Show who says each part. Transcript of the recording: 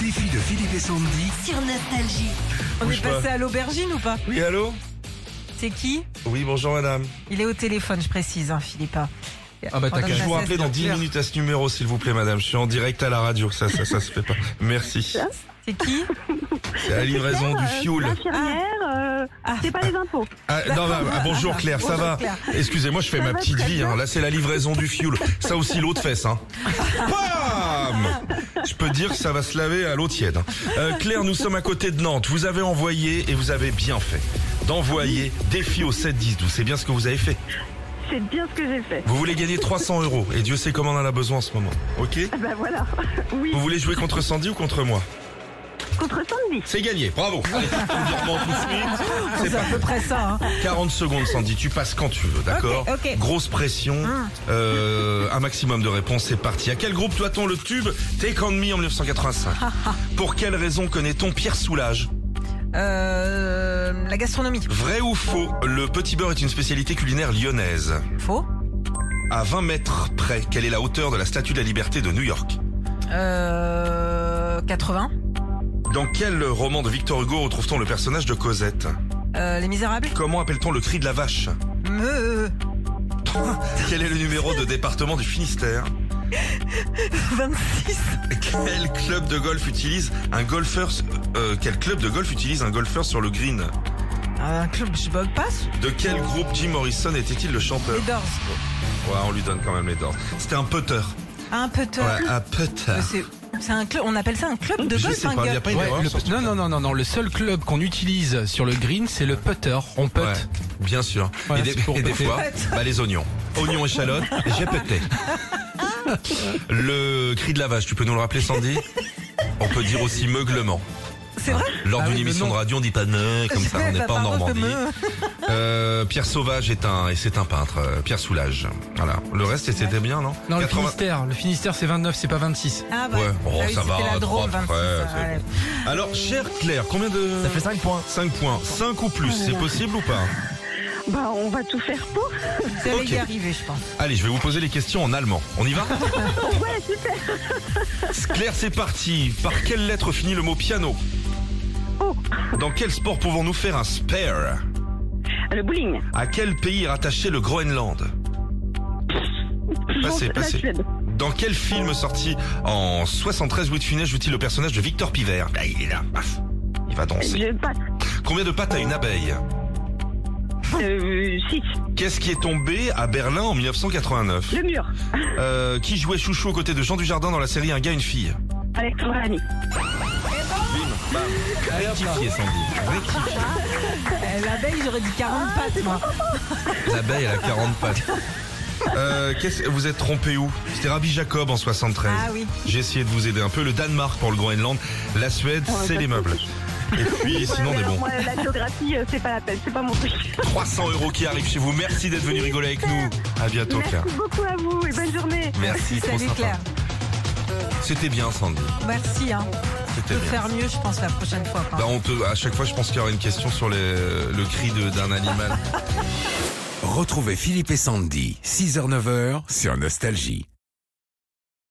Speaker 1: défi de Philippe et Sandy.
Speaker 2: sur Nostalgie.
Speaker 3: On
Speaker 1: Bouge
Speaker 3: est
Speaker 1: pas.
Speaker 3: passé à l'aubergine ou pas
Speaker 1: Oui, allô
Speaker 3: C'est qui
Speaker 1: Oui, bonjour madame.
Speaker 3: Il est au téléphone, je précise, hein, Philippe.
Speaker 4: Ah bah, t'as
Speaker 3: Pendant
Speaker 4: qu'à
Speaker 3: que
Speaker 1: Je
Speaker 3: ça
Speaker 1: vous
Speaker 3: cesse
Speaker 1: rappelle
Speaker 3: de
Speaker 1: dans 10
Speaker 3: dire.
Speaker 1: minutes à ce numéro, s'il vous plaît madame. Je suis en direct à la radio, ça, ça, ça se fait pas. Merci.
Speaker 3: C'est qui
Speaker 1: C'est la livraison du fioul.
Speaker 5: Infirmière, euh,
Speaker 3: Ah.
Speaker 5: c'est pas les impôts.
Speaker 1: Ah, non, bah, ah, bonjour Claire, ça
Speaker 3: Bonjour,
Speaker 1: va
Speaker 3: Claire.
Speaker 1: Excusez-moi, je fais ma
Speaker 5: va
Speaker 1: petite
Speaker 5: très
Speaker 1: vie. hein. Là, c'est la livraison du fioul. Ça aussi, l'eau de fesse. Hein. Bam Je peux dire que ça va se laver à l'eau tiède. Euh, Claire, nous sommes à côté de Nantes. Vous avez envoyé, et vous avez bien fait, d'envoyer défi au 7-10-12. C'est bien ce que vous avez fait.
Speaker 5: C'est bien ce que j'ai fait.
Speaker 1: Vous voulez gagner 300 euros. Et Dieu sait comment on en a besoin en ce moment. OK
Speaker 5: Ah Bah voilà. Oui,
Speaker 1: Vous voulez jouer contre Sandy ou contre moi
Speaker 5: contre Sandy.
Speaker 1: C'est gagné, bravo Allez, on virement tout de suite. C'est
Speaker 3: Ah, C'est à peu près ça. hein.
Speaker 1: 40 secondes, Sandy, tu passes quand tu veux, d'accord
Speaker 3: Ok, Ah. ok.
Speaker 1: Grosse pression, euh, un maximum de réponses, c'est parti. À quel groupe doit-on le tube Take On Me en 1985
Speaker 3: Ah,
Speaker 1: Pour quelle raison connaît-on Pierre Soulage
Speaker 3: Euh, la gastronomie.
Speaker 1: Vrai ou faux, le petit beurre est une spécialité culinaire lyonnaise.
Speaker 3: Faux.
Speaker 1: À 20 mètres près, quelle est la hauteur de la Statue de la Liberté de New York
Speaker 3: Euh, 80.
Speaker 1: Dans quel roman de Victor Hugo retrouve-t-on le personnage de Cosette
Speaker 3: Euh, les Misérables.
Speaker 1: Comment appelle-t-on le cri de la vache
Speaker 3: Me-
Speaker 1: Quel est le numéro de département du Finistère
Speaker 3: 26.
Speaker 1: Quel club de golf utilise un golfeur euh, Quel club de golf utilise un golfeur sur le green
Speaker 3: Un club, je bug passe.
Speaker 1: De quel groupe Jim Morrison était-il le chanteur
Speaker 3: Les Doors.
Speaker 1: Ouais, on lui donne quand même les dents. C'était un putter.
Speaker 3: Un peu tôt.
Speaker 1: Ouais, un putter.
Speaker 3: C'est c'est un club. On appelle ça un club de
Speaker 1: Je
Speaker 3: golf.
Speaker 1: sais
Speaker 3: un
Speaker 1: pas,
Speaker 3: gars.
Speaker 1: y a pas une
Speaker 4: Ouais,
Speaker 1: erreur
Speaker 4: le-
Speaker 1: sur ce
Speaker 4: non,
Speaker 1: truc.
Speaker 4: non, non, non, non, le seul club qu'on utilise sur le green, c'est le putter. On putt.
Speaker 1: Ouais, bien sûr.
Speaker 4: Voilà,
Speaker 1: et des,
Speaker 4: c'est pour
Speaker 1: et des
Speaker 4: péter.
Speaker 1: fois, bah, les oignons. Oignons échalotes, j'ai pété. Le cri de la vache, tu peux nous le rappeler, Sandy On peut dire aussi meuglement.
Speaker 3: C'est vrai
Speaker 1: Lors
Speaker 4: Ah
Speaker 1: d'une
Speaker 4: oui, mais
Speaker 1: émission de
Speaker 4: non.
Speaker 1: radio, on dit pas ne comme ça, on n'est
Speaker 3: Bah,
Speaker 1: pas en
Speaker 3: pardon, je
Speaker 1: Normandie.
Speaker 3: me-
Speaker 1: Euh, Pierre Sauvage est un et c'est un peintre. euh, Pierre Soulage. Voilà. Le reste c'était bien, non
Speaker 4: Non, le
Speaker 1: 80
Speaker 4: Finistère, le Finistère c'est 29, c'est pas 26.
Speaker 3: Ah bah,
Speaker 1: Ouais.
Speaker 3: bah
Speaker 1: Oh,
Speaker 3: oui,
Speaker 1: ça va.
Speaker 3: c'était la drôle,
Speaker 1: trois
Speaker 3: 26,
Speaker 1: près, c'est
Speaker 3: ouais.
Speaker 1: bon. Alors, cher Claire, combien de
Speaker 4: 5 points.
Speaker 1: 5 points. 5 ou plus, c'est possible ou pas
Speaker 5: Bah on va tout faire pour.
Speaker 3: Vous allez
Speaker 1: Ok.
Speaker 3: y arriver, je pense.
Speaker 1: Allez, je vais vous poser les questions en allemand. On y va
Speaker 5: Ouais, super.
Speaker 1: Claire, c'est parti. Par quelle lettre finit le mot piano
Speaker 5: Oh,
Speaker 1: Dans quel sport pouvons-nous faire un spare
Speaker 5: le bowling.
Speaker 1: À quel pays est rattaché le Groenland
Speaker 4: Bah,
Speaker 1: Passez,
Speaker 5: Bon, la
Speaker 1: passez.
Speaker 5: Suède.
Speaker 1: Dans quel film sorti en 73 Louis de Funès joue-t-il le personnage de Victor Piver Bah, Il est là, paf. Il va danser.
Speaker 5: Je passe.
Speaker 1: Combien de pattes a une abeille
Speaker 5: Euh, six.
Speaker 1: Qu'est-ce qui est tombé à Berlin en 1989
Speaker 5: Le mur.
Speaker 1: Euh, Qui jouait Chouchou aux côtés de Jean Dujardin dans la série Un gars, une fille
Speaker 5: Alexandre Lamy.
Speaker 1: Rectifié, Sandy. Rectifié.
Speaker 3: Euh, La veille, j'aurais dit 40 pattes, moi.
Speaker 1: L'abeille, elle a 40 pattes. Euh, qu'est-ce- vous êtes trompé où C'était Rabbi Jacob en 73.
Speaker 3: Ah oui.
Speaker 1: J'ai essayé de vous aider un peu. Le Danemark pour le Groenland. La Suède,
Speaker 5: ouais,
Speaker 1: c'est
Speaker 5: pas
Speaker 1: les
Speaker 5: de
Speaker 1: meubles. Et puis, sinon,
Speaker 5: Ouais,
Speaker 1: on est
Speaker 5: alors,
Speaker 1: bon.
Speaker 5: Moi, la géographie, euh, c'est pas la peine. C'est pas mon truc.
Speaker 1: 300 euros qui arrivent chez vous. Merci d'être venu rigoler avec nous. À bientôt,
Speaker 5: Merci
Speaker 1: Claire.
Speaker 5: beaucoup à vous et bonne journée.
Speaker 1: Merci, trop
Speaker 3: Salut
Speaker 1: sympa.
Speaker 3: Claire.
Speaker 1: C'était bien, Sandy.
Speaker 3: Merci, hein.
Speaker 1: C'était
Speaker 3: peut
Speaker 1: bien.
Speaker 3: faire mieux, je pense, la prochaine fois. quand
Speaker 1: Bah, on peut, à chaque fois, je pense qu'il y aura une question sur les- le cri de- d'un animal.
Speaker 6: Retrouvez Philippe et Sandy, 6h-9h sur Nostalgie.